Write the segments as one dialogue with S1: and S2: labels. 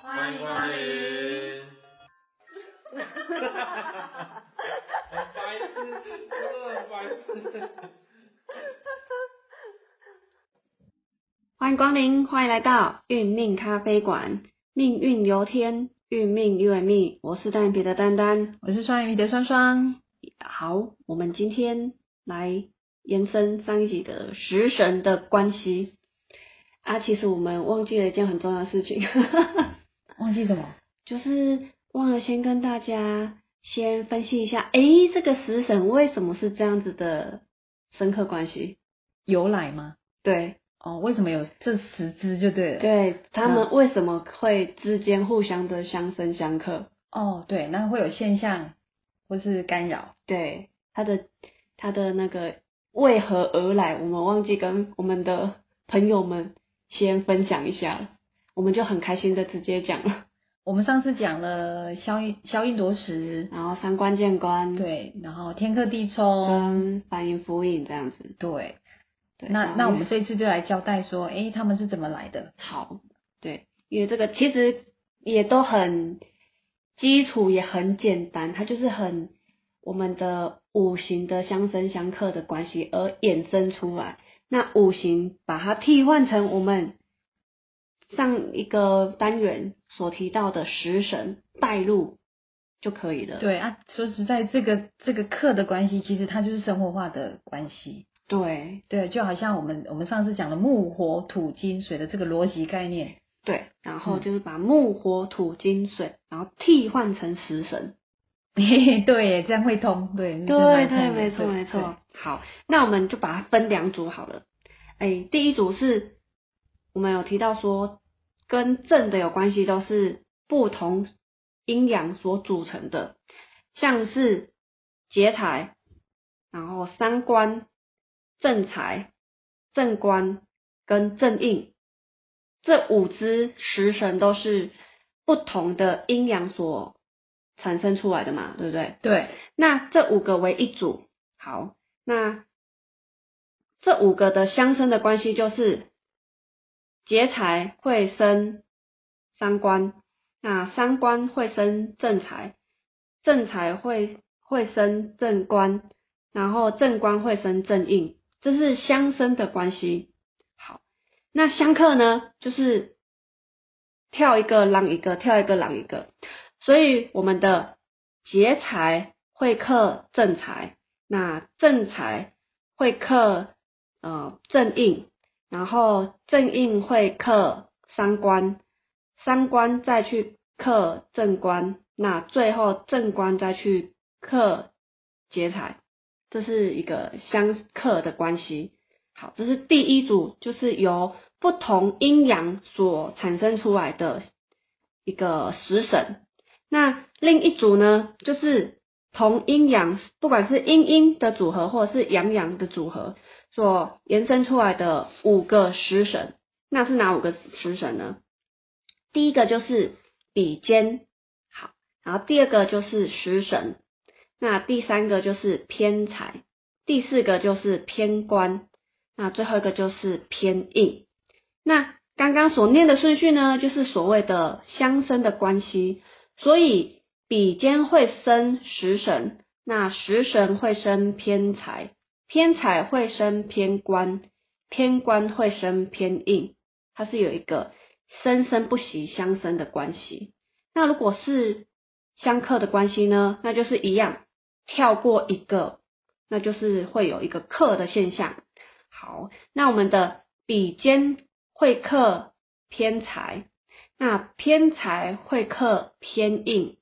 S1: 欢迎 光临。
S2: 白痴，真的白痴。
S3: 欢迎光临，欢迎来到运命咖啡馆，命运由天，运命由命。我是单眼皮的丹丹。
S1: 我是双鱼的双双，
S3: 好，我们今天来延伸上一集的食神的关系啊。其实我们忘记了一件很重要的 事情，
S1: 忘记什么？
S3: 就是忘了先跟大家先分析一下，诶，这个食神为什么是这样子的深刻关系？
S1: 由来吗？
S3: 对，
S1: 哦，为什么有这十只就对了？，
S3: 对他们为什么会之间互相的相生相克？
S1: 哦，对，那会有现象或是干扰，
S3: 对，他的他的那个为何而来，我们忘记跟我们的朋友们先分享一下了，我们就很开心的直接讲了。
S1: 我们上次讲了消印消印夺食，
S3: 然后三关键关，，
S1: 对，然后天克地冲，
S3: 跟反应复印这样子。
S1: 对，
S3: 嗯对，
S1: 那
S3: 然后
S1: 那我
S3: 因为
S1: 们这次就来交代说，诶，他们是怎么来的？
S3: 好，对，因为这个其实也都很基础，也很简单，它就是很我们的五行的相生相克的关系而衍生出来。那五行把它替换成我们上一个单元所提到的食神带入就可以了。
S1: 对啊，说实在，这个这个克的关系，其实它就是生活化的关系。
S3: 对
S1: 对，就好像我们我们上次讲的木火土金水的这个逻辑概念，
S3: 对，然后
S1: 嗯
S3: 就是把木火土金水，然后替换成食神。
S1: 嘿嘿，对耶，这样会通，对，这样
S3: 对
S1: 蛮
S3: 对，
S1: 通的
S3: 没错
S1: 对
S3: 没
S1: 对
S3: 错。好，那我们就把它分两组好了。哎，第一组是我们有提到说，跟正的有关系都是不同阴阳所组成的，像是劫财，然后三官、正财、正官跟正印这五只食神都是不同的阴阳所产生出来的嘛，对不对？
S1: 对，
S3: 那这五个为一组。好，那这五个的相生的关系就是劫财会生三官，那三官会生正财，正财会会生正官，然后正官会生正印，这是相生的关系。好，那相克呢，就是跳一个狼一个，跳一个狼一个，所以我们的劫财会克正财，那正财会克呃正印，然后正印会克三官，三官再去克正官，那最后正官再去克劫财，这是一个相克的关系。好，这是第一组，就是由不同阴阳所产生出来的一个食神。那另一组呢，就是同阴阳，不管是阴阴的组合或者是阳阳的组合所延伸出来的五个食神。那是哪五个食神呢？第一个就是比肩，好，然后第二个就是食神，那第三个就是偏财，第四个就是偏官，那最后一个就是偏印。那刚刚所念的顺序呢，就是所谓的相生的关系。所以比肩会生食神，那食神会生偏财，偏财会生偏官，偏官会生偏印，它是有一个生生不息相生的关系。那如果是相克的关系呢，那就是一样跳过一个，那就是会有一个克的现象。好，那我们的比肩会克偏财，那偏财会克偏印，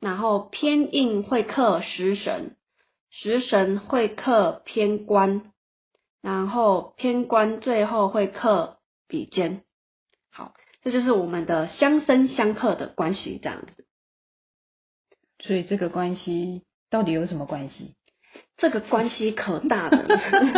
S3: 然后偏印会克食神，食神会克偏官，然后偏官最后会克比肩。好，这就是我们的相生相克的关系，这样子。
S1: 所以这个关系到底有什么关系？
S3: 这个关系可大了。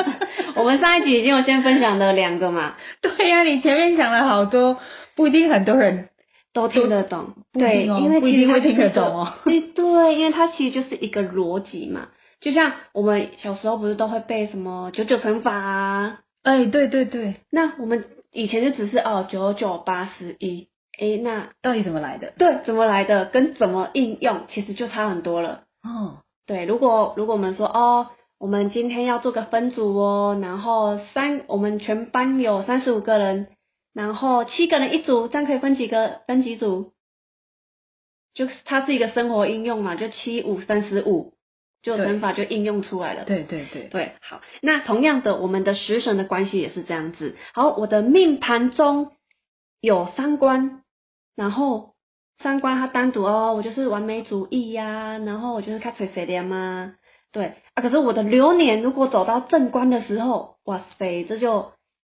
S3: 我们上一集已经有先分享了两个嘛，
S1: 对呀、你前面讲了好多，不一定很多人
S3: 都听得懂，
S1: 不一
S3: 对，
S1: 定哦
S3: 因为
S1: 不一
S3: 其实
S1: 定会
S3: 它就是
S1: 听得
S3: 一个
S1: 懂哦
S3: 对对，因为它其实就是一个逻辑嘛，就像我们小时候不是都会背什么九九乘法啊，
S1: 哎，对对对，
S3: 那我们以前就只是哦九九八十一，诶，那
S1: 到底怎么来的？
S3: 对怎么来的跟怎么应用其实就差很多了。
S1: 哦，
S3: 对，如果如果我们说哦，我们今天要做个分组哦，然后三我们全班有三十五个人，然后七个人一组，这样可以分几个分几组？就是它是一个生活应用嘛，就七五三十五，就
S1: 对
S3: 乘法就应用出来了。
S1: 对对对，
S3: 对，好，那同样的，我们的食神的关系也是这样子。好，我的命盘中有三官，然后三官它单独哦，我就是完美主义呀、然后我就是看谁谁的嘛，对啊。可是我的流年如果走到正官的时候，哇塞，这就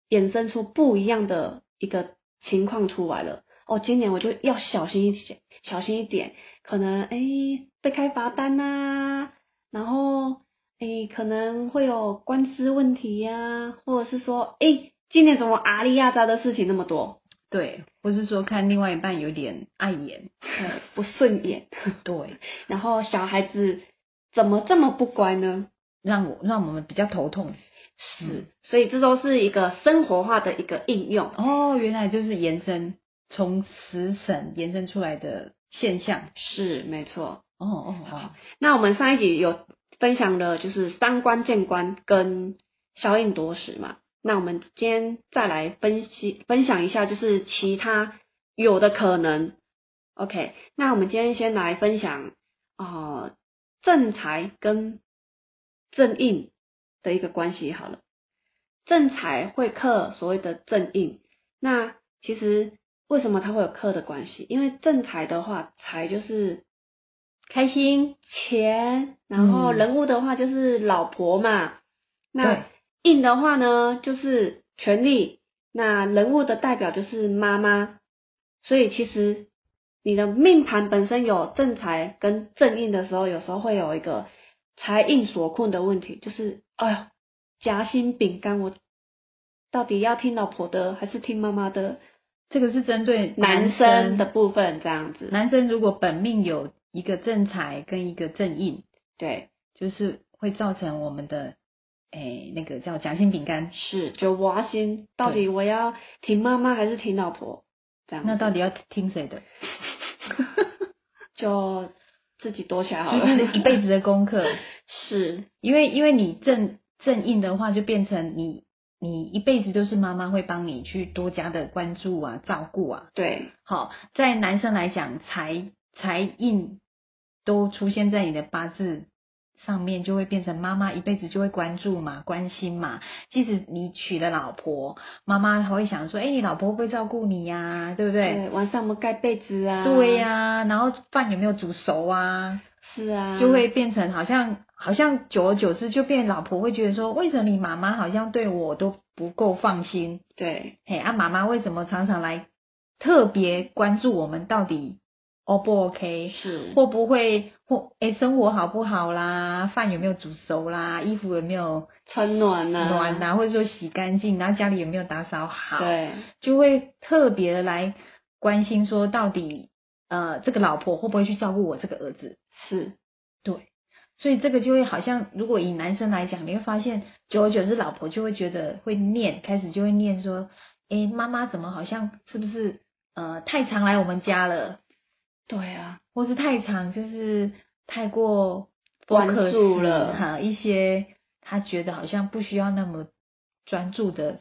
S3: 衍生出不一样的一个情况出来了。哦，今年我就要小心一些，小心一点，可能诶被开罚单呐、然后诶可能会有官司问题呀、或者是说诶今年怎么阿里亚扎的事情那么多，
S1: 对，或是说看另外一半有点碍眼，
S3: 哎不顺眼，
S1: 对，
S3: 然后小孩子怎么这么不乖呢？
S1: 让我让我们比较头痛。
S3: 是，所以这都是一个生活化的一个应用。
S1: 哦，原来就是延伸从食神延伸出来的现象。
S3: 是，没错。
S1: 哦哦，好，
S3: 那我们上一集有分享了，就是三观、见观跟消应夺食嘛。那我们今天再来分析分享一下，就是其他有的可能。OK，那我们今天先来分享呃正财跟正印的一个关系好了。正财会克所谓的正印，那其实为什么它会有克的关系？因为正财的话，财就是开心、钱，然后
S1: 嗯
S3: 人物的话就是老婆嘛。
S1: 对
S3: 那印的话呢，就是权力。那人物的代表就是妈妈，所以其实你的命盘本身有正财跟正印的时候，有时候会有一个财印所困的问题，就是哎呀，夹心饼干，我到底要听老婆的还是听妈妈的？
S1: 这个是针对
S3: 男生
S1: 生
S3: 的，部分这样子，
S1: 男生如果本命有一个正财跟一个正印，
S3: 对，
S1: 就是会造成我们的诶那个叫夹心饼干。
S3: 是就挖心，到底我要听妈妈还是听老婆？这样子，
S1: 那到底要听谁的？
S3: 就自己躲起来好
S1: 就
S3: 了。
S1: 是一辈子的功课。
S3: 是
S1: 因为因为你正正印的话，就变成你你一辈子都是妈妈会帮你去多加的关注啊、照顾啊。
S3: 对，
S1: 好，在男生来讲，财财印都出现在你的八字上面，就会变成妈妈一辈子就会关注嘛、关心嘛。即使你娶了老婆，妈妈还会想说：“哎、你老婆会不会照顾你呀、对不对？”
S3: 对，晚上我们盖被子啊，
S1: 对呀、、然后饭有没有煮熟啊？
S3: 是啊，
S1: 就会变成好像好像久而久之就变老婆会觉得说，为什么你妈妈好像对我都不够放心？
S3: 对，
S1: 嘿，啊妈妈为什么常常来特别关注我们到底 O 不 OK？
S3: 是
S1: 会不会或诶生活好不好啦，饭有没有煮熟啦，衣服有没有
S3: 穿暖啊，
S1: 暖啊，或者说洗干净，然后家里有没有打扫好，
S3: 对，
S1: 就会特别地来关心说到底呃这个老婆会不会去照顾我这个儿子？
S3: 是
S1: 对，所以这个就会好像，如果以男生来讲，你会发现，久而久之，老婆就会觉得会念，开始就会念说，诶，妈妈怎么好像是不是呃太常来我们家了，
S3: 对啊，
S1: 或是太常就是太过 focus
S3: 专注了
S1: 哈，一些他觉得好像不需要那么专注的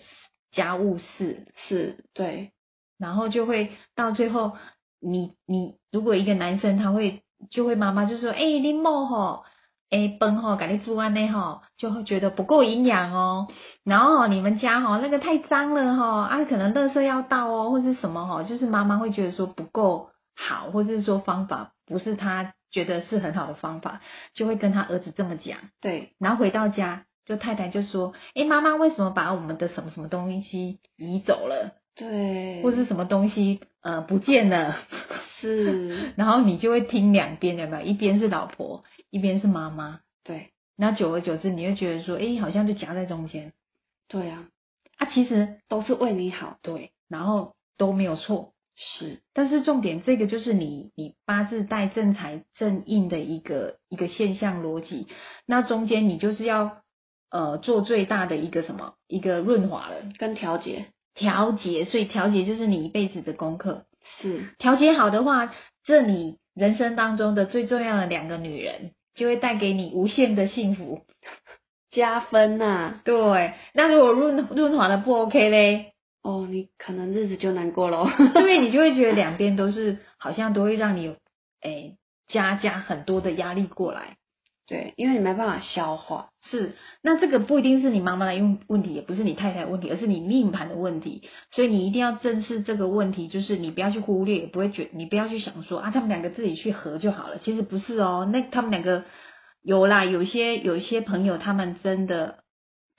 S1: 家务事，
S3: 是，对，
S1: 然后就会到最后，你你如果一个男生他会就会妈妈就说，哎、你某吼，哎、崩吼，给你煮安内吼，就会觉得不够营养哦。然后吼你们家吼那个太脏了吼，啊可能垃圾要倒哦，或是什么吼，就是妈妈会觉得说不够好，或是说方法不是他觉得是很好的方法，就会跟他儿子这么讲。
S3: 对，
S1: 然后回到家，就太太就说，哎、妈妈为什么把我们的什么什么东西移走了？
S3: 对，
S1: 或是什么东西呃不见了，
S3: 是，
S1: 然后你就会听两边有没有？一边是老婆，一边是妈妈。
S3: 对，
S1: 那久而久之，你会觉得说，哎、好像就夹在中间
S3: 对啊，
S1: 啊。其实
S3: 都是为你好，
S1: 对，然后都没有错。
S3: 是，
S1: 但是重点，这个就是你你八字带正财正印的一个一个现象逻辑。那中间你就是要呃做最大的一个什么一个润滑了，
S3: 跟调节，
S1: 调节。所以调节就是你一辈子的功课。
S3: 是
S1: 调节好的话，这你人生当中的最重要的两个女人，就会带给你无限的幸福。
S3: 加分啊呐、
S1: 对，那如果润润滑的不 OK 嘞，
S3: 哦，你可能日子就难过喽。
S1: 因为你就会觉得两边都是好像都会让你有诶加加很多的压力过来。
S3: 对，因为你没办法消化。
S1: 是，那这个不一定是你妈妈的问问题，也不是你太太的问题，而是你命盘的问题。所以你一定要正视这个问题，就是你不要去忽略，也不会觉，你不要去想说啊，他们两个自己去合就好了。其实不是哦，那他们两个有啦，有些有些朋友他们真的。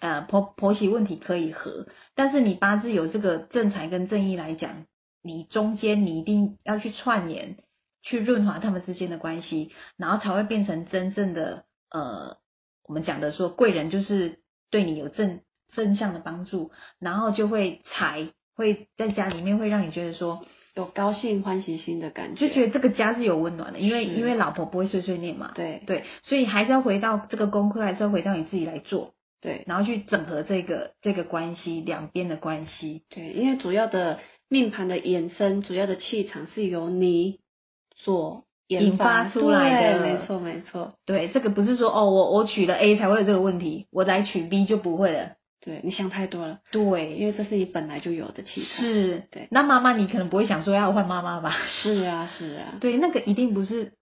S1: 呃，婆婆媳问题可以合，但是你八字有这个正财跟正义来讲，你中间你一定要去串联，去润滑他们之间的关系，然后才会变成真正的呃我们讲的说贵人就是对你有正正向的帮助，然后就会财会在家里面会让你觉得说，
S3: 有高兴欢喜心的感觉，
S1: 就觉得这个家是有温暖的，因为
S3: 是
S1: 因为老婆不会碎碎念嘛，
S3: 对
S1: 对，所以还是要回到这个功课，还是要回到你自己来做，
S3: 对
S1: 然后去整合这个这个关系两边的关系，
S3: 对，因为主要的命盘的衍生，主要的气场是由你所研
S1: 引
S3: 发
S1: 发出来的
S3: 对没错没错，
S1: 对，这个不是说哦我我娶了 A 才会有这个问题，我来娶 B 就不会了，
S3: 对你想太多了，因
S1: 对，
S3: 为这是你本来就有的气场。
S1: 是，
S3: 对
S1: 那妈妈你可能不会想说要换妈妈吧？
S3: 是啊是啊，
S1: 对，那个一定不是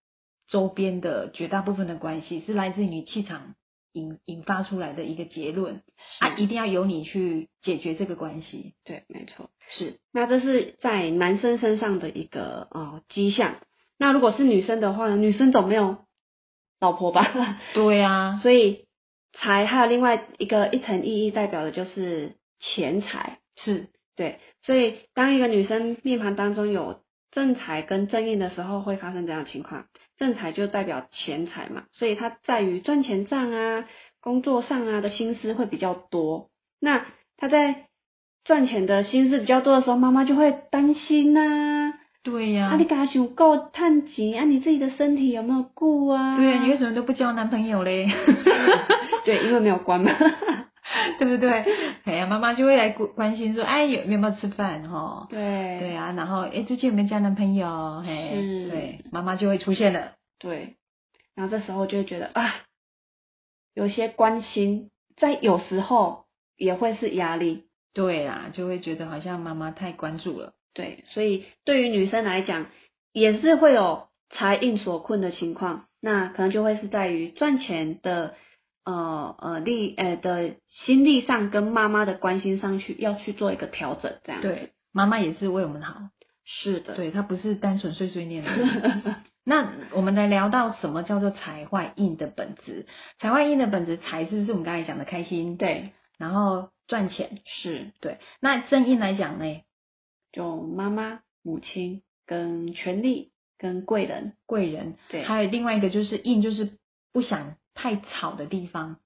S1: 周边的绝大部分的关系，是来自于你气场引引发出来的一个结论啊，
S3: 是
S1: 一定要由你去解决这个关系。
S3: 对没错。
S1: 是
S3: 那这是在男生身上的一个呃迹象。那如果是女生的话呢，女生总没有老婆吧？
S1: 对啊，
S3: 所以财还有另外一个一层意义代表的就是钱财。
S1: 是
S3: 对，所以当一个女生命盘当中有正财跟正印的时候，会发生怎样的情况？正财就代表钱财嘛，所以它在于赚钱上啊、工作上啊的心思会比较多。那她在赚钱的心思比较多的时候，妈妈就会担心呐、
S1: 对
S3: 啊，
S1: 呀、
S3: 你给她想够探钱啊，你自己的身体有没有顾啊？
S1: 对啊，你为什么都不交男朋友嘞？
S3: 对，因为没有关嘛。
S1: 对不对？哎呀，妈妈就会来关关心说，哎，有有没有吃饭哈？
S3: 对
S1: 对啊，然后哎，最近有没有交男朋友？嘿，
S3: 是
S1: 对，妈妈就会出现了。
S3: 对，然后这时候就会觉得啊，有些关心在有时候也会是压力，
S1: 对啦，就会觉得好像妈妈太关注了。
S3: 对，所以对于女生来讲，也是会有财运所困的情况，那可能就会是在于赚钱的呃呃力呃的心力上跟妈妈的关心上去要去做一个调整，这样，
S1: 对，妈妈也是为我们好。
S3: 是的，
S1: 对，它不是单纯碎碎念的。 那我们来聊到什么叫做财坏印的本质？财坏印的本质，财是不是我们刚才讲的开心？，
S3: 对
S1: 然后赚钱。
S3: 是，
S1: 对，那正印来讲呢，
S3: 就妈妈、母亲跟权力跟贵人，
S1: 贵人。
S3: 对
S1: 还有另外一个就是印，就是不想太吵的地方。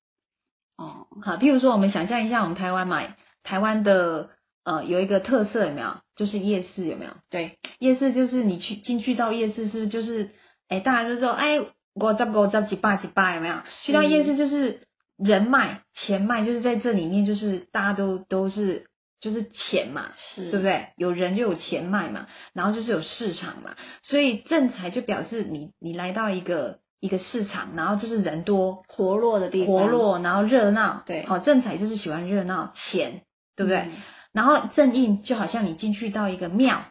S3: 哦，
S1: 好，譬如说我们想象一下，我们台湾买台湾的呃有一个特色有没有？就是夜市有没有？
S3: 对
S1: 夜市就是你去进去到夜市，是不是就是，哎、大家就说，哎、我十我十几百几百有没有？去到夜市就是人脉、钱脉，就是在这里面，就是大家都都是就是钱嘛，
S3: 是，
S1: 对不？对？有人就有钱脉嘛，然后就是有市场嘛，所以正财就表示你你来到一个一个市场，然后就是人多、
S3: 活络的地方，
S1: 活络，然后热闹，
S3: 对
S1: 好、正财就是喜欢热闹、钱，对不对？
S3: 嗯
S1: 然后正印就好像你进去到一个庙。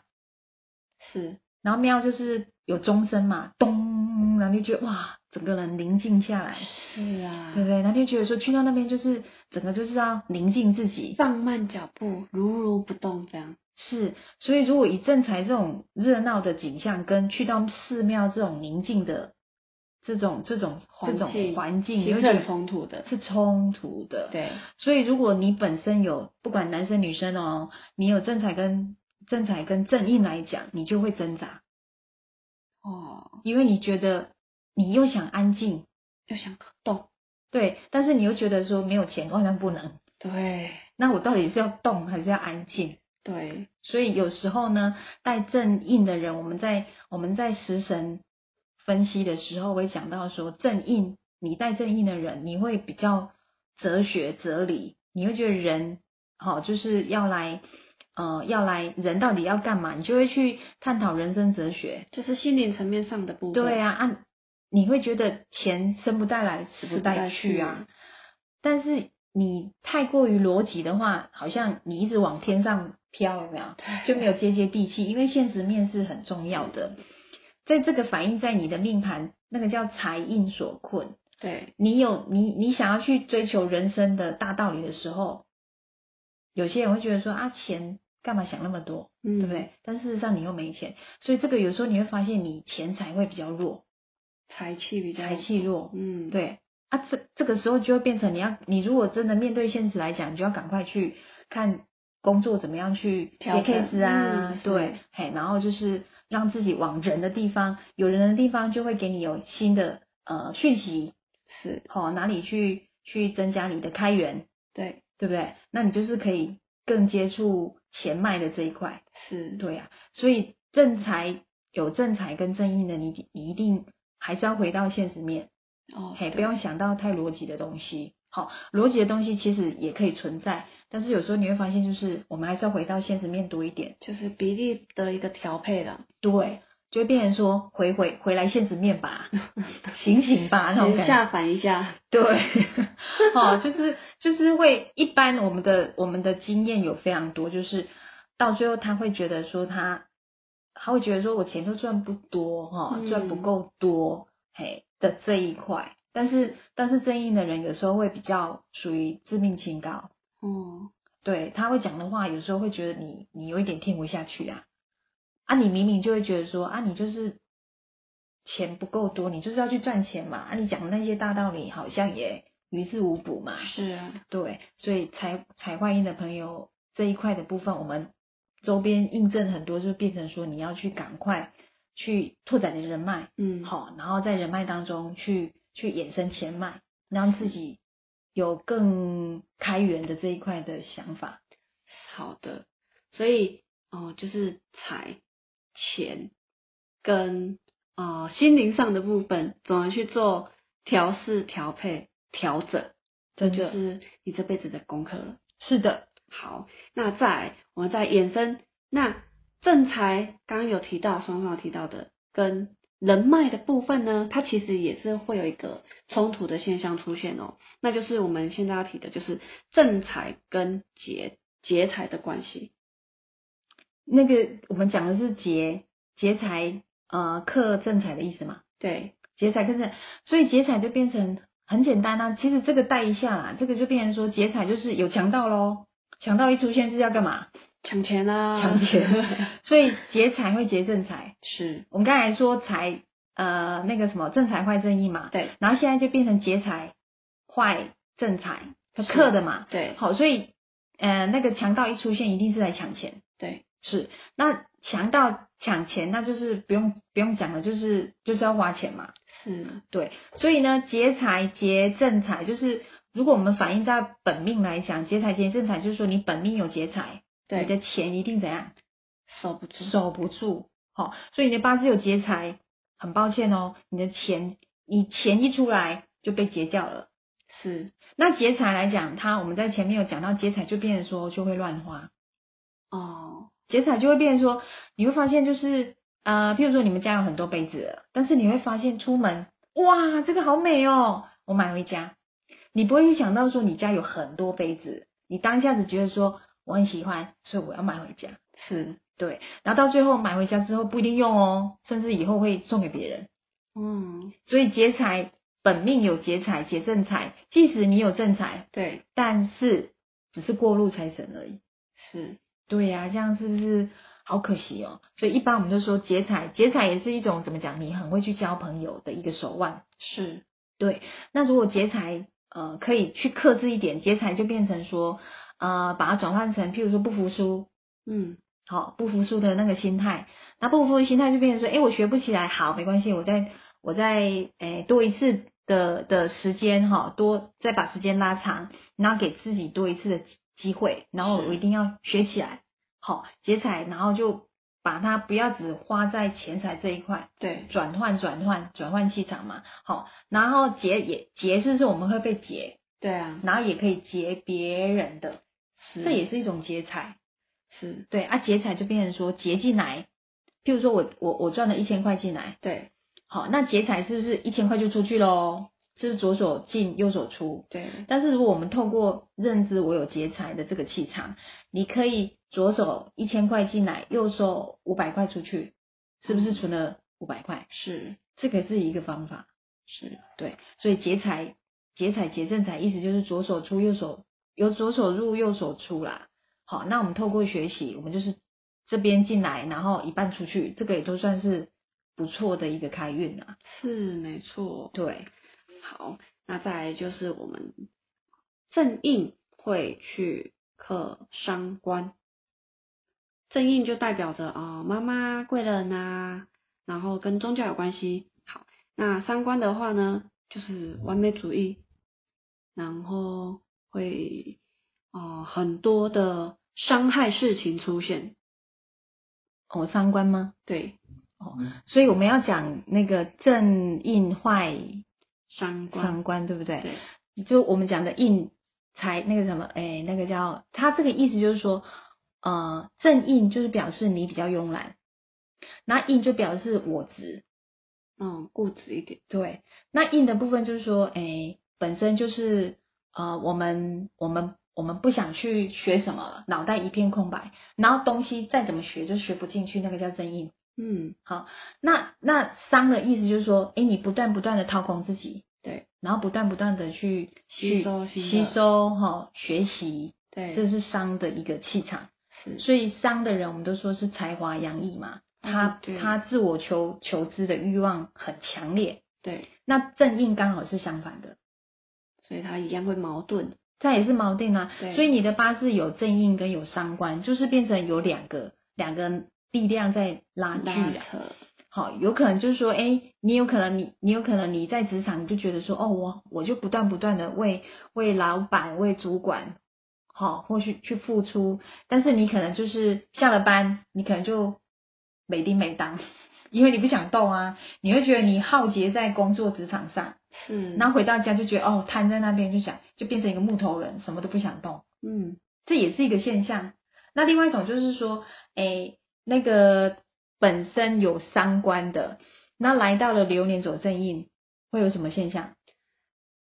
S3: 是，
S1: 然后喵就是有钟声嘛，咚，然后就觉得哇，整个人宁静下来，
S3: 是啊
S1: 对不对？然后就觉得说去到那边就是整个就是要宁静自己，
S3: 放慢脚步，如如不动这样。
S1: 是。所以如果以正财这种热闹的景象，跟去到寺庙这种宁静的这种这种这
S3: 环
S1: 种
S3: 境
S1: 环境，
S3: 其
S1: 你
S3: 实
S1: 会觉
S3: 很
S1: 得
S3: 冲突的
S1: 是冲突的，。
S3: 对，
S1: 所以如果你本身有不管男生女生哦，你有正财跟正财跟正印来讲，你就会挣扎，
S3: 哦，
S1: 因为你觉得你又想安静。
S3: 又想动，
S1: 对，但是你又觉得说没有钱万万不能，
S3: 对
S1: 那我到底是要动还是要安静？
S3: 对，
S1: 所以有时候呢，带正印的人，我们在我们在食神分析的时候会讲到说，正印，你带正印的人，你会比较哲学哲理，你会觉得人好、就是要来呃要来人到底要干嘛，你就会去探讨人生哲学。
S3: 就是心灵层面上的部分。
S1: 对啊，啊，你会觉得钱生不带来，死不带去啊。但是你太过于逻辑的话，好像你一直往天上飘，有没有？就没有接接地气，因为现实面是很重要的。在这个反映在你的命盘，那个叫财印所困。
S3: 对，
S1: 你有你你想要去追求人生的大道理的时候，有些人会觉得说啊，钱干嘛想那么多，
S3: 嗯，
S1: 对不？对？但事实上你又没钱，所以这个有时候你会发现你钱财会比较弱，
S3: 财气比较
S1: 财，气弱，
S3: 嗯，，
S1: 对啊，这这个时候就会变成你要，你如果真的面对现实来讲，你就要赶快去看工作怎么样去接
S3: 调整
S1: case 啊，
S3: 嗯
S1: 对
S3: 是，
S1: 嘿，然后就是让自己往人的地方，有人的地方就会给你有新的呃讯息，
S3: 是，
S1: 好、哪里去去增加你的开源，
S3: 对，
S1: 对不对？那你就是可以更接触钱脉的这一块，
S3: 是，
S1: 对啊，所以正财有正财跟正印的，你你一定还是要回到现实面。
S3: 哦，
S1: 嘿，
S3: 对
S1: 不用想到太逻辑的东西。好，逻辑的东西其实也可以存在，但是有时候你会发现，就是我们还是要回到现实面多一点。
S3: 就是比例的一个调配了，
S1: 对，就会变成说回回回来现实面吧，醒醒吧那种感
S3: 先
S1: 觉。
S3: 下凡一下，
S1: 对， 好，就是就是会一般我们的我们的经验有非常多，就是到最后他会觉得说他他会觉得说我钱都赚不多哈、
S3: 嗯
S1: 赚不够多嘿的这一块，但是但是正义的人有时候会比较属于致命清高，
S3: 哦，
S1: 对他会讲的话，有时候会觉得你你有一点听不下去啊，啊，你明明就会觉得说啊，你就是钱不够多，你就是要去赚钱嘛，啊，你讲的那些大道理好像也于事无补嘛，
S3: 是啊，
S1: 对，所以财财会印的朋友这一块的部分，我们周边印证很多，就变成说你要去赶快去拓展你的人脉，
S3: 嗯，，
S1: 好，然后在人脉当中去去衍生钱脉，让自己有更开源的这一块的想法。
S3: 好的，所以哦、就是财、钱跟呃心灵上的部分，怎么去做调试、调配、调整，这
S1: 真
S3: 就
S1: 的
S3: 嗯是你这辈子的功课了。
S1: 是的，
S3: 好，那再来我们再衍生，那正财刚刚有提到，双方有提到的跟人脉的部分呢，它其实也是会有一个冲突的现象出现哦。那就是我们现在要提的，就是正财跟劫劫财的关系。
S1: 那个我们讲的是劫劫财，呃，克正财的意思嘛。
S3: 对，
S1: 劫财跟正，所以劫财就变成很简单啊。其实这个带一下啦，这个就变成说劫财就是有强盗喽，强盗一出现就是要干嘛？
S3: 抢钱啊，
S1: 抢钱所以劫财会劫正财。
S3: 是，
S1: 我们刚才说财，呃，那个什么正财坏正义嘛，
S3: 对
S1: 然后现在就变成劫财坏正财，
S3: 是
S1: 克的嘛。
S3: 对
S1: 好，所以呃，那个强盗一出现，一定是来抢钱。
S3: 对，
S1: 是，那强盗抢钱，那就是不用不用讲了，就是就是要花钱嘛。
S3: 是，
S1: 对，所以呢，劫财劫正财，就是如果我们反映在本命来讲，劫财劫正财，就是说你本命有劫财，你
S3: 对，
S1: 的钱一定怎样
S3: 守不住，
S1: 守不住。好、所以你的八字有劫财，很抱歉哦，你的钱，你钱一出来就被劫掉了。
S3: 是，
S1: 那劫财来讲，它我们在前面有讲到，劫财就变成说就会乱花，
S3: 哦，
S1: 劫财就会变成说，你会发现就是呃，譬如说你们家有很多杯子了，但是你会发现出门，哇，这个好美哦，我买回家，你不会去想到说你家有很多杯子，你当下子觉得说我很喜欢，所以我要买回家，
S3: 是，
S1: 对，然后到最后买回家之后不一定用哦，甚至以后会送给别人，
S3: 嗯，
S1: 所以劫财本命有劫财劫正财，即使你有正财，
S3: 对，
S1: 但是只是过路财神而已。
S3: 是，
S1: 对呀、这样是不是好可惜哦？所以一般我们就说劫财，劫财也是一种怎么讲？你很会去交朋友的一个手腕。
S3: 是，
S1: 那如果劫财，呃，可以去克制一点，劫财就变成说，呃，把它转换成，譬如说不服输，
S3: 嗯，
S1: 好、不服输的那个心态。那不服输的心态就变成说，诶，我学不起来，好，没关系，我再我再诶多一次的的时间哈、多再把时间拉长，然后给自己多一次的机机会，然后
S3: 是
S1: 我一定要学起来，好、劫财，然后就把它不要只花在钱财这一块，
S3: 对，
S1: 转换转换转换气场嘛，好、然后劫也劫是不是我们会被劫，
S3: 对啊，
S1: 然后也可以劫别人的，
S3: 是
S1: 这也是一种劫财。
S3: 是
S1: 对啊，劫财就变成说劫进来，譬如说我我我赚了一千块进来，
S3: 对
S1: 好，那劫财是不是一千块就出去喽？是不是左手进右手出？
S3: 对
S1: 但是如果我们透过认知我有劫财的这个气场，你可以左手一千块进来，右手五百块出去，是不是存了五百块？
S3: 是
S1: 这个是一个方法，
S3: 是
S1: 对，所以劫财、劫财、劫正财，意思就是左手出，右手由左手入，右手出啦。好，那我们透过学习，我们就是这边进来，然后一半出去，这个也都算是不错的一个开运啦。
S3: 是没错。
S1: 对，
S3: 好，那再来就是我们正印会去克伤官，正印就代表着啊、呃妈妈、贵人啊，然后跟宗教有关系。好，那伤官的话呢，就是完美主义，然后会哦、呃很多的伤害事情出现。
S1: 哦，三观吗？
S3: 对，
S1: 所以我们要讲那个正印坏
S3: 伤官，
S1: 三观，对不对？
S3: 对
S1: 就我们讲的印财那个什么，哎，那个叫它这个意思就是说，呃，正印就是表示你比较慵懒，那印就表示我执，
S3: 嗯，固执一点，
S1: 对，那印的部分就是说，哎，本身就是呃，我们我们我们不想去学什么了，脑袋一片空白，然后东西再怎么学就学不进去，那个叫正印。
S3: 嗯，
S1: 那那伤的意思就是说，哎，你不断不断的掏空自己，
S3: 对，
S1: 然后不断不断的去
S3: 吸
S1: 去
S3: 收新
S1: 吸
S3: 的
S1: 收哈、学习，
S3: 对，
S1: 这是伤的一个气场。
S3: 是
S1: 所以伤的人，我们都说是才华洋溢嘛，他、
S3: 嗯对
S1: 他自我求求知的欲望很强烈。
S3: 对，
S1: 那正印刚好是相反的，
S3: 所以它一样会矛盾，
S1: 这也是锚定啊
S3: 对。
S1: 所以你的八字有正印跟有伤官，就是变成有两个两个力量在拉锯
S3: 拉
S1: 啊。
S3: 扯。
S1: 好，有可能就是说，哎，你有可能你你有可能你在职场你就觉得说，哦，我我就不断不断的为为老板为主管，好、或许去付出，但是你可能就是下了班，你可能就没叮没当， 因为你不想动啊，你会觉得你耗竭在工作职场上，
S3: 是，
S1: 然后回到家就觉得哦，瘫在那边就想就变成一个木头人，什么都不想动。
S3: 嗯，
S1: 这也是一个现象。那另外一种就是说，哎，那个本身有三观的，那来到了流年走正印，会有什么现象？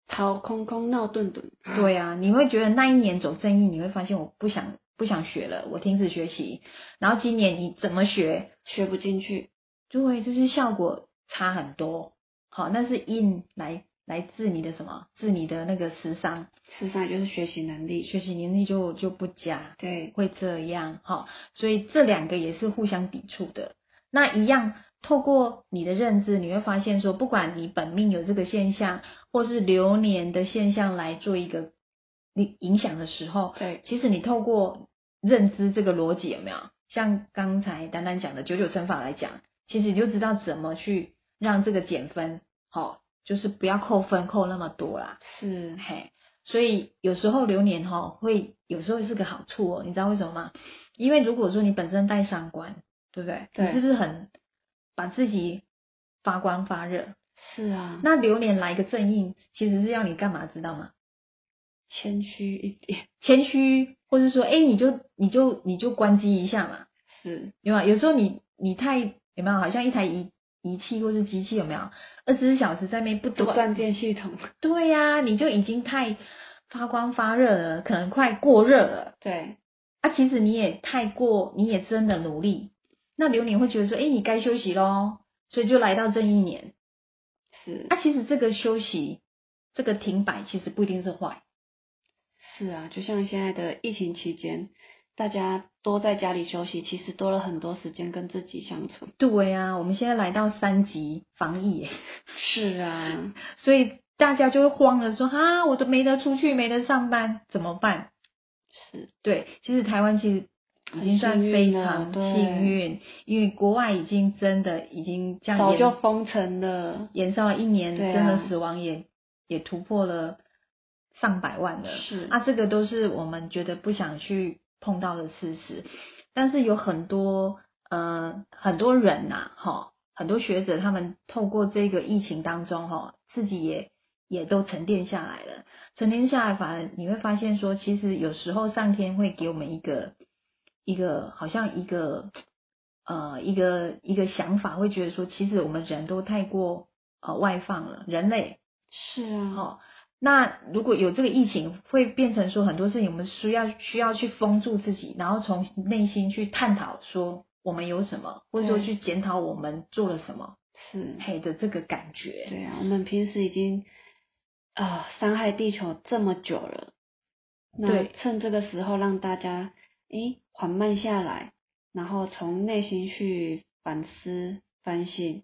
S3: 掏空空闹顿顿，
S1: 对啊，你会觉得那一年走正印，你会发现我不想不想学了，我停止学习。然后今年你怎么学，
S3: 学不进去，
S1: 就会就是效果差很多。好，那是印来来治你的什么？治你的那个时伤，
S3: 事实上也就是学习能力，
S1: 学习能力就就不佳。
S3: 对，
S1: 会这样哈、所以这两个也是互相抵触的。那一样，透过你的认知，你会发现说，不管你本命有这个现象，或是流年的现象来做一个你影响的时候，
S3: 对，
S1: 其实你透过认知这个逻辑有没有？像刚才丹丹讲的九九乘法来讲，其实你就知道怎么去让这个减分，好、就是不要扣分扣那么多啦。
S3: 是，
S1: 嘿，所以有时候流年哈、会有时候是个好处哦，你知道为什么吗？因为如果说你本身带伤官，对不对？
S3: 对
S1: 你是不是很把自己发光发热？
S3: 是啊，
S1: 那流年来个正印，其实是要你干嘛？知道吗？
S3: 谦虚一点，
S1: 谦虚，或是说，哎，你就你就你就关机一下嘛，
S3: 是，
S1: 有没有？有时候你你太有没有？好像一台仪仪器或是机器有没有？二十四小时在那边不
S3: 不
S1: 断
S3: 断电系统，
S1: 对呀、你就已经太发光发热了，可能快过热了。
S3: 对，
S1: 啊，其实你也太过，你也真的努力，那流年会觉得说，哎，你该休息喽，所以就来到这一年。
S3: 是，
S1: 啊，其实这个休息，这个停摆，其实不一定是坏。
S3: 是啊，就像现在的疫情期间，大家都在家里休息，其实多了很多时间跟自己相处，
S1: 对呀、我们现在来到三级防疫耶，
S3: 是啊，
S1: 所以大家就会慌了说，啊，我都没得出去，没得上班，怎么办？
S3: 是，
S1: 对，其实台湾其实已经算非常
S3: 很幸运了对
S1: 幸运，因为国外已经真的已经这样
S3: 早
S1: 严
S3: 就封城了，
S1: 延烧了一年，
S3: 对啊
S1: 真的死亡也也突破了上百万了。
S3: 是
S1: 啊，这个都是我们觉得不想去碰到的事实。但是有很多呃很多人呐、哈、很多学者他们透过这个疫情当中哈、自己也也都沉淀下来了。沉淀下来，反而你会发现说，其实有时候上天会给我们一个一个好像一个呃一个一个想法，会觉得说，其实我们人都太过呃外放了，人类
S3: 是啊，
S1: 哦，那如果有这个疫情，会变成说很多事情我们需要需要去封住自己，然后从内心去探讨说我们有什么，或者说
S3: 对嗯
S1: 去检讨我们做了什么，
S3: 是，
S1: 嘿的这个感觉。
S3: 对啊，我们平时已经啊、伤害地球这么久了，那
S1: 对
S3: 趁这个时候让大家诶缓慢下来，然后从内心去反思反省，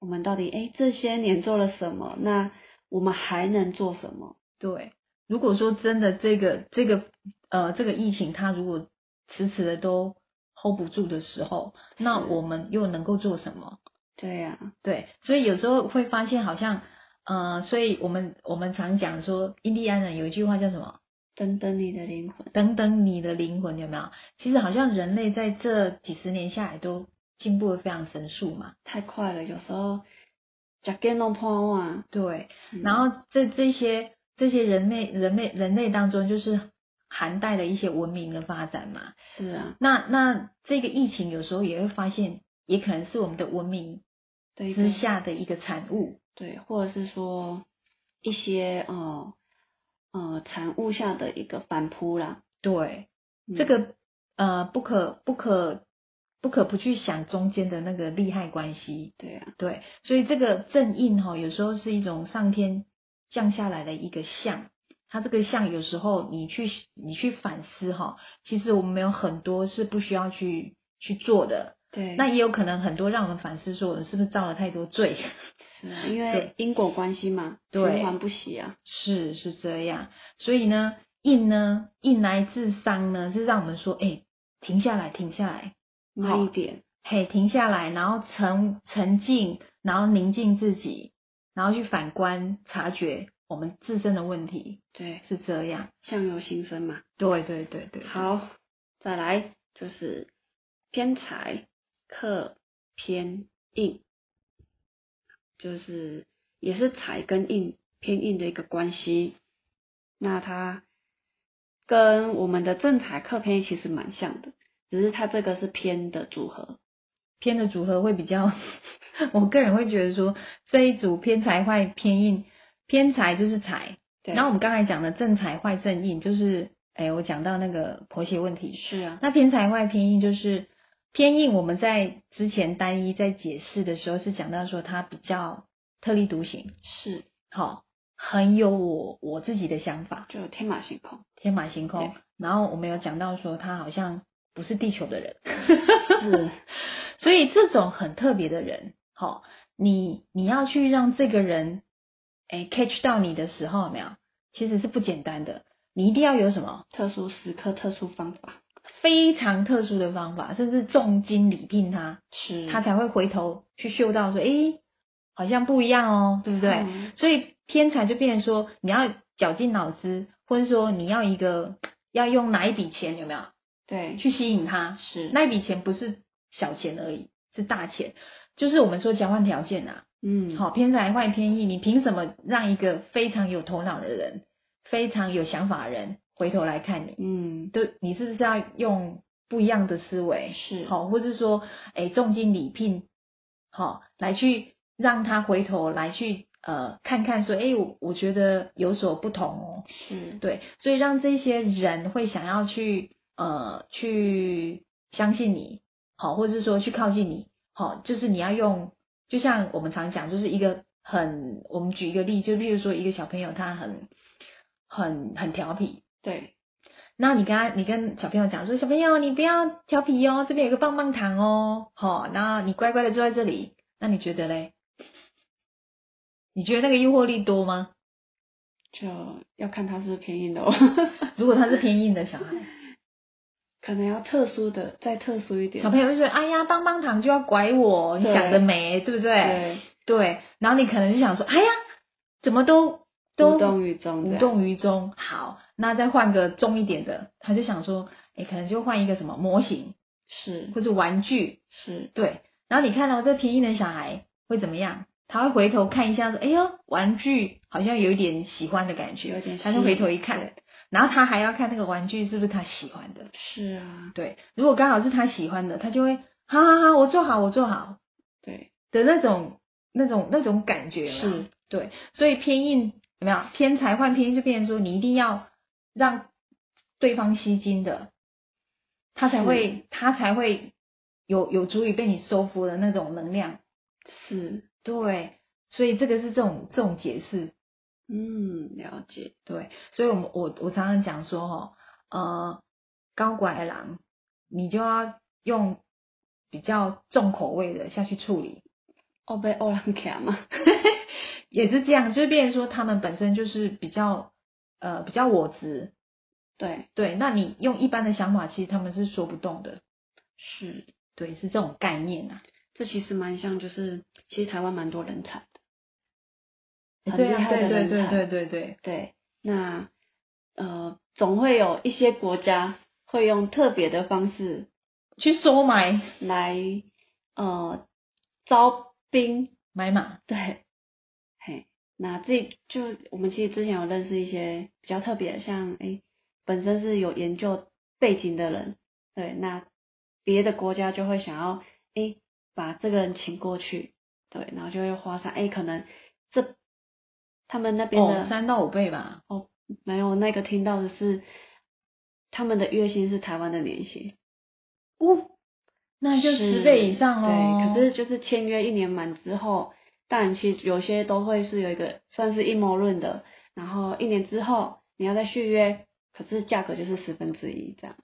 S3: 我们到底诶这些年做了什么？那我们还能做什么？
S1: 对，如果说真的这个这个呃这个疫情，它如果迟迟的都 hold 不住的时候，那
S3: 是
S1: 我们又能够做什么？
S3: 对啊，
S1: 对，所以有时候会发现好像呃，所以我们我们常讲说，印第安人有一句话叫什么？
S3: 等等你的灵魂，
S1: 等等你的灵魂有没有？其实好像人类在这几十年下来都进步的非常神速嘛。
S3: 太快了，有时候假见弄破碗，
S1: 对，
S3: 嗯
S1: 然后这这些这些人类人类人类当中，就是涵盖了一些文明的发展嘛。
S3: 是啊，
S1: 那那这个疫情有时候也会发现，也可能是我们的文明
S3: 对一个
S1: 之下的一个产物。
S3: 对，或者是说一些呃呃产物下的一个反扑啦。
S1: 对，
S3: 嗯
S1: 这个呃不可不可不可不去想中间的那个利害关系。
S3: 对啊，
S1: 对，所以这个正印哈、有时候是一种上天降下来的一个相。它这个相有时候你去你去反思哈、其实我们有很多是不需要去去做的，
S3: 对，
S1: 那也有可能很多让我们反思说我们是不是造了太多罪。
S3: 是啊因为
S1: 对
S3: 因果关系嘛，
S1: 对
S3: 循环不息啊。
S1: 是是这样，所以呢，印呢，印来自伤呢，是让我们说，哎、停下来，停下来，
S3: 慢一点，
S1: 嘿，停下来，然后沉沉静，然后宁静自己，然后去反观察觉我们自身的问题，
S3: 对，
S1: 是这样。
S3: 相由心生嘛。
S1: 对对对对，
S3: 好，再来就是偏财克偏印，就是也是财跟印偏印的一个关系。那它跟我们的正财克偏印其实蛮像的，只是它这个是偏的组合。
S1: 偏的组合会比较， 我个人会觉得说，这一组偏财坏偏印，偏财就是财，
S3: 对，
S1: 然后我们刚才讲的正财坏正印，就是，哎、我讲到那个婆媳问题，
S3: 是啊，
S1: 那偏财外偏硬就是偏硬，我们在之前单一在解释的时候是讲到说它比较特立独行，
S3: 是
S1: 好、很有我我自己的想法，
S3: 就天马行 空，
S1: 天马行空
S3: 对。
S1: 然后我们有讲到说他好像不是地球的人，
S3: 是
S1: 所以这种很特别的人，好、你你要去让这个人哎 catch 到你的时候，有没有？其实是不简单的，你一定要有什么
S3: 特殊时刻、特殊方法，
S1: 非常特殊的方法，甚至重金礼聘他，
S3: 是
S1: 他才会回头去嗅到说，诶，好像不一样哦，对不对？
S3: 嗯
S1: 所以偏财就变成说，你要绞尽脑汁，或者说你要一个要用哪一笔钱有没有
S3: 对
S1: 去吸引他？
S3: 是
S1: 那一笔钱不是小钱而已，是大钱，就是我们说交换条件啊。
S3: 嗯
S1: 好，偏财坏偏义，你凭什么让一个非常有头脑的人、非常有想法的人回头来看你？
S3: 嗯
S1: 都你是不是要用不一样的思维？
S3: 是
S1: 好，或是说，哎，重金礼聘，好、来去让他回头来去呃看看说，哎，我我觉得有所不同哦，
S3: 是
S1: 对，所以让这些人会想要去呃去相信你，好、或是说去靠近你，好、就是你要用，就像我们常讲，就是一个很，我们举一个例，就例如说一个小朋友他很很很调皮，
S3: 对
S1: 那你跟他，你跟小朋友讲说，小朋友你不要调皮哦，这边有个棒棒糖哦，好、然后你乖乖的坐在这里，那你觉得嘞？你觉得那个诱惑力多吗？
S3: 就要看他是不是偏硬的哦。
S1: 如果他是偏硬的小孩，
S3: 可能要特殊的，再特殊一点。
S1: 小朋友就说，哎呀，棒棒糖就要拐我，你
S3: 对
S1: 想得美，对不对？
S3: 对，
S1: 对然后你可能就想说，哎呀，怎么都都
S3: 无动于衷这
S1: 无
S3: 样，
S1: 动于衷。好，那再换个重一点的，他就想说，哎，可能就换一个什么模型
S3: 是
S1: 或者玩具，
S3: 是，
S1: 对，然后你看到、哦这便宜的小孩会怎么样？他会回头看一下，说：“哎呦，玩具好像有一点喜欢的感
S3: 有
S1: 觉。
S3: 点”
S1: 他就回头一看，然后他还要看那个玩具是不是他喜欢的。
S3: 是啊，
S1: 对，如果刚好是他喜欢的，他就会好好好，我做好，我做好
S3: 对，
S1: 的那种那种那种感觉啦。
S3: 是
S1: 对，所以偏硬有没有偏财换偏硬，就变成说你一定要让对方吸睛的，他才会他才会有有足以被你收服的那种能量。
S3: 是，
S1: 对，所以这个是这种这种解释。
S3: 嗯，了解，
S1: 对，所以我们我我常常讲说哦，呃，高拐狼，你就要用比较重口味的下去处理，
S3: 哦，被欧兰卡嘛，
S1: 也是这样，就是变成说他们本身就是比较呃比较我执，
S3: 对，
S1: 对，那你用一般的想法，其实他们是说不动的，
S3: 是，
S1: 对，是这种概念啊，
S3: 这其实蛮像，就是其实台湾蛮多人才的，很
S1: 对
S3: 厉
S1: 啊，
S3: 害
S1: 对
S3: 的
S1: 对
S3: 人
S1: 对
S3: 才，
S1: 对对对，
S3: 对，那呃，总会有一些国家会用特别的方式
S1: 去收买
S3: 来呃招兵，
S1: 买
S3: 哦
S1: 马，
S3: 对，嘿，那这就我们其实之前有认识一些比较特别的，像诶本身是有研究背景的人，对，那别的国家就会想要诶把这个人请过去，对，然后就会花上诶可能这他们那边的、
S1: 哦，三到五倍吧，
S3: 没有，那个听到的是他们的月薪是台湾的年薪，
S1: 哦，那就十倍以上哦，
S3: 对，可是就是签约一年满之后，但其实有些都会是有一个算是阴谋论的，然后一年之后你要再续约，可是价格就是十分之一这样。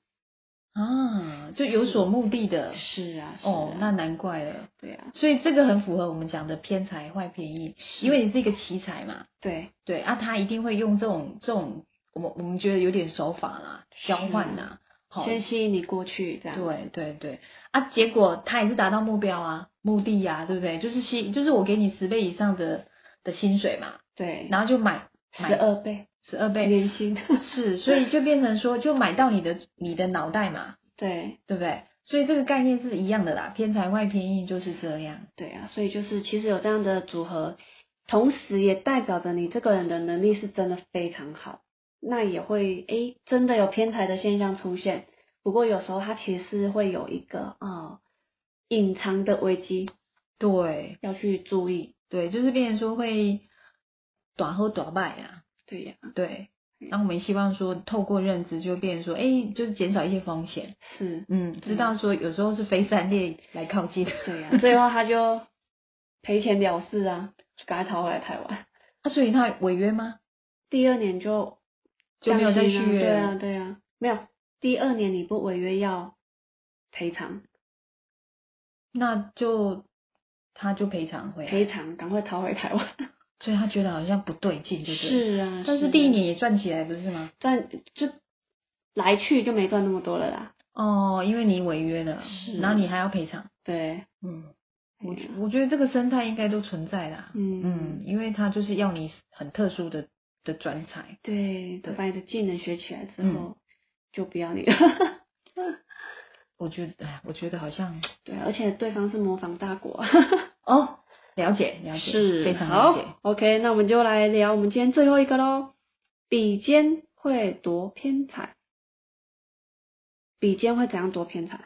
S1: 啊，就有所目的的。
S3: 是啊，是啊
S1: 哦，那难怪了。
S3: 对啊，
S1: 所以这个很符合我们讲的偏财坏偏硬，因为你是一个奇才嘛，
S3: 对，
S1: 对啊，他一定会用这种这种我们我们觉得有点手法啦，交换啦，好，
S3: 先吸引你过去这样。
S1: 对对对啊，结果他也是达到目标啊，目的呀、对不对？就是吸，就是我给你十倍以上的的薪水嘛，
S3: 对，
S1: 然后就买
S3: 十
S1: 买
S3: 二倍
S1: 十二倍，
S3: 年薪，
S1: 是，所以就变成说就买到你的你的脑袋嘛，
S3: 对
S1: 对不对？所以这个概念是一样的啦，偏财坏偏硬就是这样。
S3: 对啊，所以就是其实有这样的组合，同时也代表着你这个人的能力是真的非常好，那也会诶真的有偏财的现象出现。不过有时候它其实是会有一个呃隐藏的危机
S1: 对
S3: 要去注意。
S1: 对，就是变成说会短喝短败啊，
S3: 对呀、
S1: 对。那我们希望说，透过认知就变成说，哎、就是减少一些风险，
S3: 是，
S1: 嗯，知道说有时候是非三烈来靠近，
S3: 对呀、最后他就赔钱了事啊，就赶快逃回来台湾。
S1: 那啊所以他违约吗？
S3: 第二年就
S1: 就没有再
S3: 降薪啊
S1: 续约
S3: 对
S1: 了
S3: 啊，对啊，没有。第二年你不违约要赔偿，
S1: 那就他就赔偿回来，
S3: 赔偿赶快逃回台湾。
S1: 所以他觉得好像不对劲，对不对？
S3: 是 啊，
S1: 但是
S3: 啊
S1: 第一年也赚起来，不是吗？
S3: 赚就来去就没赚那么多了啦。
S1: 哦，因为你违约了，
S3: 是
S1: 然后你还要赔偿，
S3: 对，啊
S1: 嗯，我
S3: 哎呀
S1: 我觉得这个生态应该都存在啦，
S3: 嗯
S1: 嗯，因为他就是要你很特殊的的专才，
S3: 对，
S1: 对
S3: 把你的技能学起来之后
S1: 嗯
S3: 就不要你了。
S1: 我觉得，哎，我觉得好像
S3: 对，啊而且对方是模仿大国，
S1: 哦，了解了解，非常了解。
S3: 好。OK，那我们就来聊我们今天最后一个喽。比肩会夺偏财，比肩会怎样夺偏财？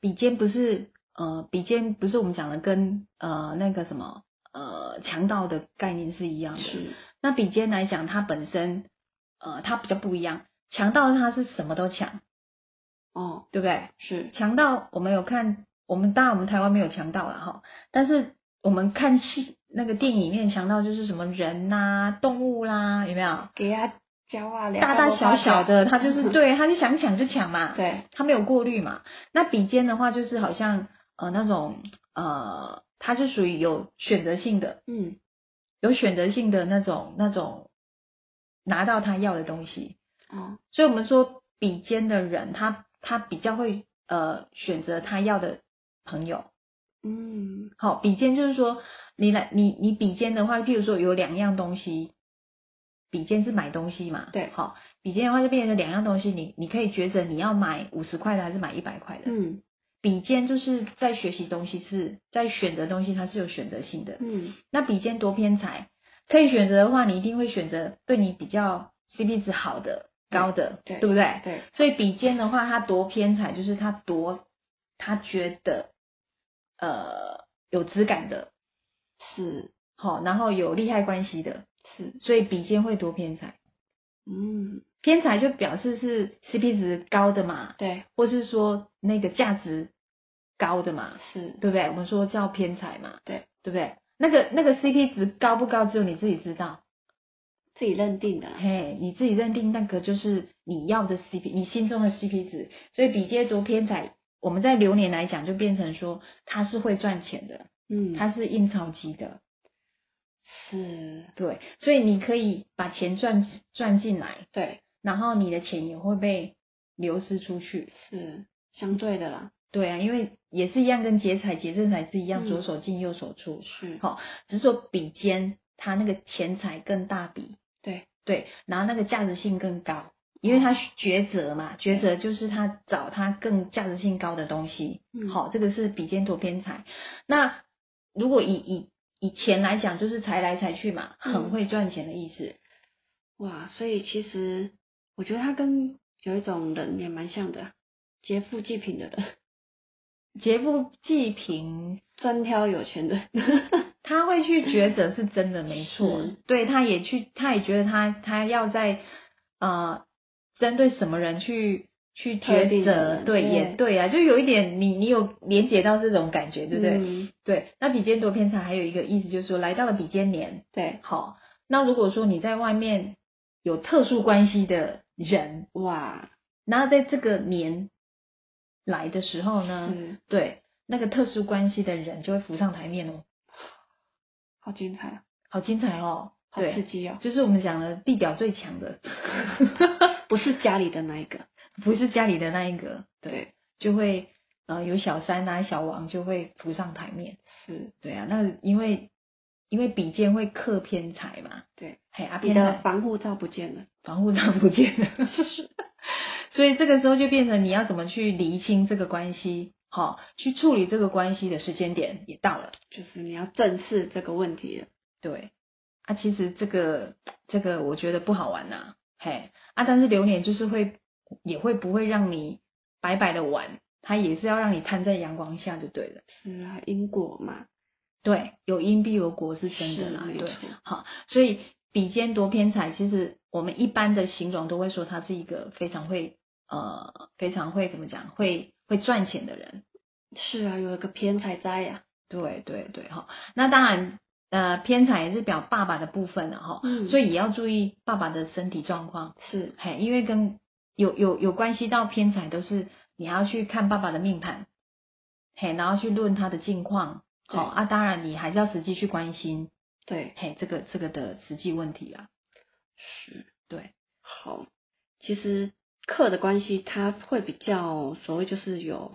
S1: 比肩不是呃，比肩不是我们讲的跟呃那个什么呃强盗的概念是一样的。
S3: 是，
S1: 那比肩来讲，它本身呃它比较不一样，强盗它是什么都抢，
S3: 哦，
S1: 对不对？
S3: 是，
S1: 强盗我们有看，我们当然我们台湾没有强盗了哈，但是我们看戏那个电影里面强盗就是什么人呐、动物啦，有没有？
S3: 给他教啊，聊
S1: 大
S3: 到
S1: 大
S3: 我
S1: 小
S3: 发
S1: 小
S3: 觉
S1: 的，他就是对，他就想抢就抢嘛。
S3: 对，
S1: 他没有过滤嘛。那比肩的话，就是好像呃那种呃，它是属于有选择性的，
S3: 嗯，
S1: 有选择性的那种那种拿到他要的东西。
S3: 哦，
S1: 所以我们说比肩的人，他他比较会呃选择他要的朋友。
S3: 嗯，
S1: 好，比肩就是说你来你你比肩的话，譬如说有两样东西。比肩是买东西嘛？
S3: 对
S1: 好，比肩的话就变成两样东西，你你可以抉择你要买五十块的还是买一百块的。
S3: 嗯，
S1: 比肩就是在学习东西是在选择东西，它是有选择性的。
S3: 嗯，
S1: 那比肩多偏财，可以选择的话，你一定会选择对你比较 CP 值好的，高的，
S3: 对
S1: 不对？
S3: 对，
S1: 所以比肩的话，它多偏财，就是它多，他觉得呃有质感的，
S3: 是
S1: 好、然后有利害关系的，
S3: 是，
S1: 所以比肩会多偏财。
S3: 嗯，
S1: 偏财就表示是 CP 值高的嘛，
S3: 对，
S1: 或是说那个价值高的嘛，
S3: 是，
S1: 对不对？我们说叫偏财嘛，
S3: 对
S1: 对不对？那个那个 CP 值高不高，只有你自己知道。
S3: 自己认定的啦，
S1: 嘿，你自己认定那个就是你要的 CP，你心中的 CP 值。所以比劫夺偏财，我们在流年来讲，就变成说它是会赚钱的，
S3: 嗯，
S1: 它是印钞机的，
S3: 是，
S1: 对。所以你可以把钱赚赚进来，
S3: 对，
S1: 然后你的钱也会被流失出去。
S3: 是相对的啦，
S1: 对啊，因为也是一样，跟劫财、劫正财是一样，
S3: 嗯
S1: 左手进右手出，
S3: 是，
S1: 好只是说比肩它那个钱财更大笔，
S3: 对，嗯
S1: 对，然后那个价值性更高，因为他抉择嘛，抉择就是他找他更价值性高的东西。
S3: 嗯
S1: 好，这个是比肩夺偏财。那如果以以以钱来讲，就是财来财去嘛，
S3: 嗯
S1: 很会赚钱的意思。
S3: 哇，所以其实我觉得他跟有一种人也蛮像的，劫富济贫的人，
S1: 劫富济贫，
S3: 专挑有钱人，
S1: 他会去抉择是真的没错
S3: 是，
S1: 对，他也去，他也觉得他他要在呃针对什么人去去
S3: 特
S1: 抉
S3: 定的
S1: 择，
S3: 人
S1: 对，
S3: 对
S1: 也对啊，就有一点你你有连接到这种感觉，对不对？
S3: 嗯
S1: 对，那比肩夺偏财还有一个意思就是说，来到了比肩年，
S3: 对，
S1: 好，那如果说你在外面有特殊关系的人，
S3: 哇，
S1: 然后在这个年来的时候呢，
S3: 是，
S1: 对，那个特殊关系的人就会浮上台面哦，
S3: 好精彩啊，
S1: 好精彩哦，
S3: 好
S1: 对，
S3: 刺激哦，
S1: 就是我们讲的地表最强的，
S3: 不是家里的那一个，
S1: 不是家里的那一个，对，
S3: 对，
S1: 就会呃有小三啊、小王就会浮上台面，
S3: 是，
S1: 对啊，那因为因为比肩会克偏财嘛，
S3: 对，
S1: 嘿啊
S3: 你
S1: 偏
S3: 的
S1: 财
S3: 防护罩不见了，
S1: 防护罩不见了， 所以这个时候就变成你要怎么去厘清这个关系，好、去处理这个关系的时间点也到了，
S3: 就是你要正视这个问题了，
S1: 对，啊，其实这个这个我觉得不好玩呐、嘿，啊，但是流年就是会也会不会让你白白的玩，它也是要让你摊在阳光下就对了。
S3: 是啊，因果嘛，
S1: 对，有因必有果是真的啦
S3: 是，没
S1: 对
S3: 错，
S1: 好，所以比肩夺偏财，其实我们一般的形容都会说他是一个非常会呃非常会怎么讲，会会赚钱的人，
S3: 是啊，有一个偏财灾呀，
S1: 对对对，哈，那当然呃偏财也是表爸爸的部分了哈，
S3: 嗯
S1: 所以也要注意爸爸的身体状况，
S3: 是，
S1: 嘿，因为跟有有有关系到偏财，都是你要去看爸爸的命盘，嘿，然后去论他的近况，好、
S3: 对
S1: 啊，当然你还是要实际去关心。
S3: 对，
S1: 嘿，这个这个的实际问题啊啦。
S3: 是。
S1: 对，
S3: 好，其实课的关系，它会比较所谓就是有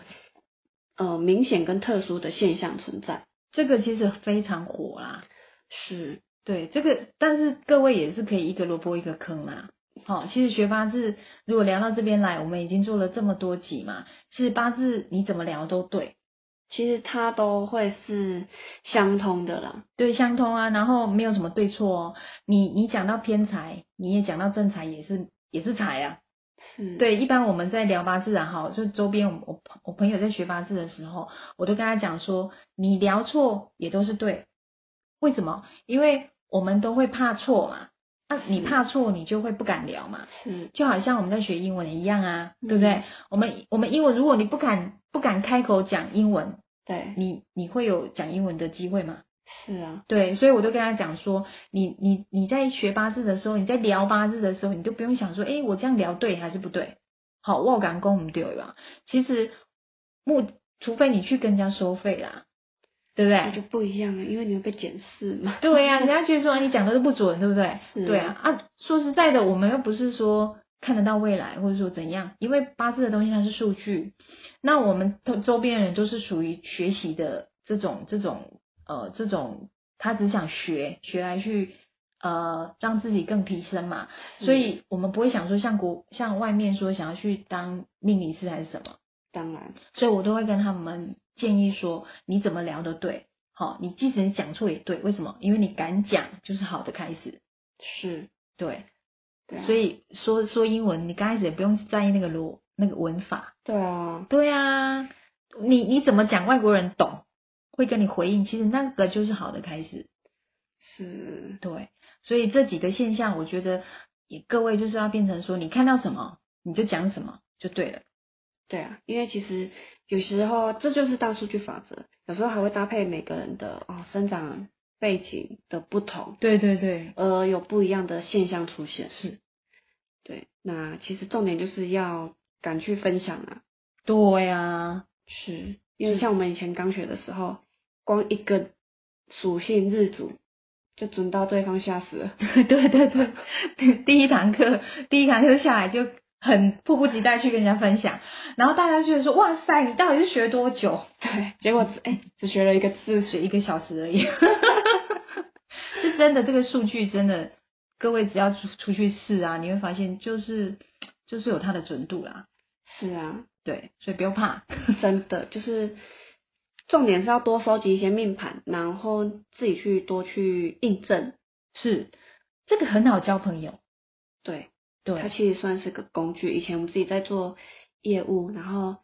S3: 呃明显跟特殊的现象存在。
S1: 这个其实非常火啦。
S3: 是，
S1: 对，这个但是各位也是可以一个萝卜一个坑啦。好、其实学八字如果聊到这边来，我们已经做了这么多集嘛，其实八字你怎么聊都对，
S3: 其实它都会是相通的啦。
S1: 对相通啊，然后没有什么对错哦。你你讲到偏财，你也讲到正财，也是也是财啊。
S3: 是，，
S1: 对，一般我们在聊八字啊，哈，就周边我我我朋友在学八字的时候，我都跟他讲说，你聊错也都是对，为什么？因为我们都会怕错嘛，啊，你
S3: 是
S1: 怕错，你就会不敢聊嘛，
S3: 是，
S1: 就好像我们在学英文一样啊，对不对？
S3: 嗯
S1: 我们我们英文，如果你不敢不敢开口讲英文，
S3: 对，
S1: 你你会有讲英文的机会吗？
S3: 是啊，
S1: 对，所以我都跟他讲说，你你你在学八字的时候，你在聊八字的时候，你就不用想说，诶，我这样聊对还是不对？好，我敢攻不对吧？其实目，除非你去跟人家收费啦，对不
S3: 那
S1: 对？
S3: 就不一样了，因为你会被检视 嘛。
S1: 对呀、人家觉得说啊你讲的都不准，对不对？
S3: 是
S1: 对啊，啊，说实在的，我们又不是说看得到未来，或者说怎样，因为八字的东西它是数据，那我们周周边人都是属于学习的这种这种呃这种，他只想学学来去呃让自己更提升嘛，
S3: 是
S1: 所以我们不会想说像国像外面说想要去当命理师还是什么，
S3: 当然，
S1: 所以我都会跟他们建议说，你怎么聊都对，好、你即使你讲错也对，为什么？因为你敢讲就是好的开始，
S3: 是
S1: 对，
S3: 对啊
S1: 所以说说英文，你刚开始也不用在意那个罗那个文法。
S3: 对啊，
S1: 对啊，你你怎么讲外国人懂，会跟你回应，其实那个就是好的开始。
S3: 是，
S1: 对，所以这几个现象，我觉得也各位就是要变成说，你看到什么你就讲什么就对了。
S3: 对啊，因为其实有时候这就是大数据法则，有时候还会搭配每个人的哦生长背景的不同，
S1: 对对对，
S3: 而有不一样的现象出现。
S1: 是，
S3: 对，那其实重点就是要敢去分享啊，
S1: 对啊，
S3: 是因为像我们以前刚学的时候，光一个属性日主就准到对方吓死了。
S1: 对对对对，第一堂课第一堂课下来就很迫不及待去跟人家分享，然后大家就会说哇塞，你到底是学多久？
S3: 对，结果只哎、只学了一个字，
S1: 只一个小时而已。 是真的，这个数据真的，各位只要出出去试啊，你会发现就是就是有它的准度啦。
S3: 是啊，
S1: 对，所以不用怕。
S3: 真的就是重点是要多收集一些命盘，然后自己去多去印证。
S1: 是这个很好交朋友，
S3: 对，它
S1: 对，
S3: 其实算是个工具。以前我们自己在做业务，然后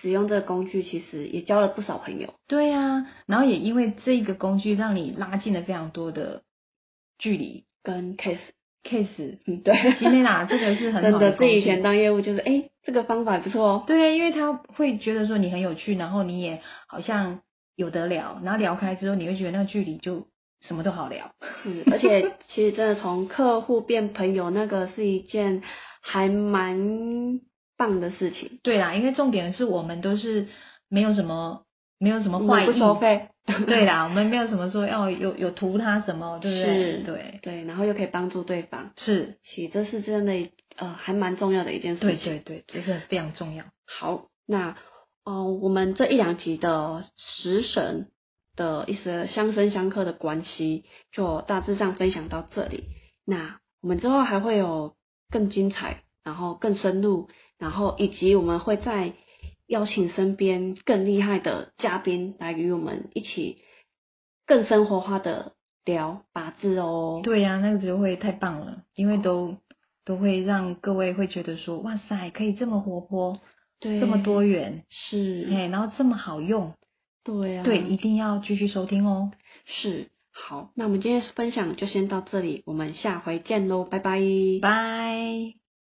S3: 使用这个工具，其实也交了不少朋友。
S1: 对啊。然后也因为这个工具，让你拉近了非常多的距离。
S3: 跟 case，
S1: case，
S3: 嗯，对，
S1: 今天啦，这个是很好
S3: 真的，自
S1: 工
S3: 己以
S1: 具。
S3: 前当业务就是，哎、这个方法不错哦。
S1: 对，因为他会觉得说你很有趣，然后你也好像有得聊，然后聊开之后，你会觉得那个距离就什么都好聊。
S3: 是， 而且其实真的从客户变朋友，那个是一件还蛮棒的事情。
S1: 对啦，因为重点是我们都是没有什么没有什么
S3: 我
S1: 坏
S3: 们
S1: 意，
S3: 不收费，
S1: 对啦，我们没有什么说要有有图他什么，对不对？
S3: 是
S1: 对，
S3: 对，然后又可以帮助对方，
S1: 是，
S3: 其实这是真的一，呃，还蛮重要的一件
S1: 对
S3: 事情。
S1: 对对，这是非常重要。
S3: 好，那呃，我们这一两集的食神的一些相生相克的关系，就大致上分享到这里。那我们之后还会有更精彩，然后更深入，然后以及我们会再邀请身边更厉害的嘉宾来与我们一起更生活化的聊八字哦。
S1: 对呀、那个就会太棒了，因为都都会让各位会觉得说，哇塞，可以这么活泼，
S3: 对，
S1: 这么多元，
S3: 是，
S1: 哎，然后这么好用，
S3: 对啊，
S1: 对，一定要继续收听哦，
S3: 是，好，那我们今天分享就先到这里，我们下回见喽，拜拜。
S1: 拜。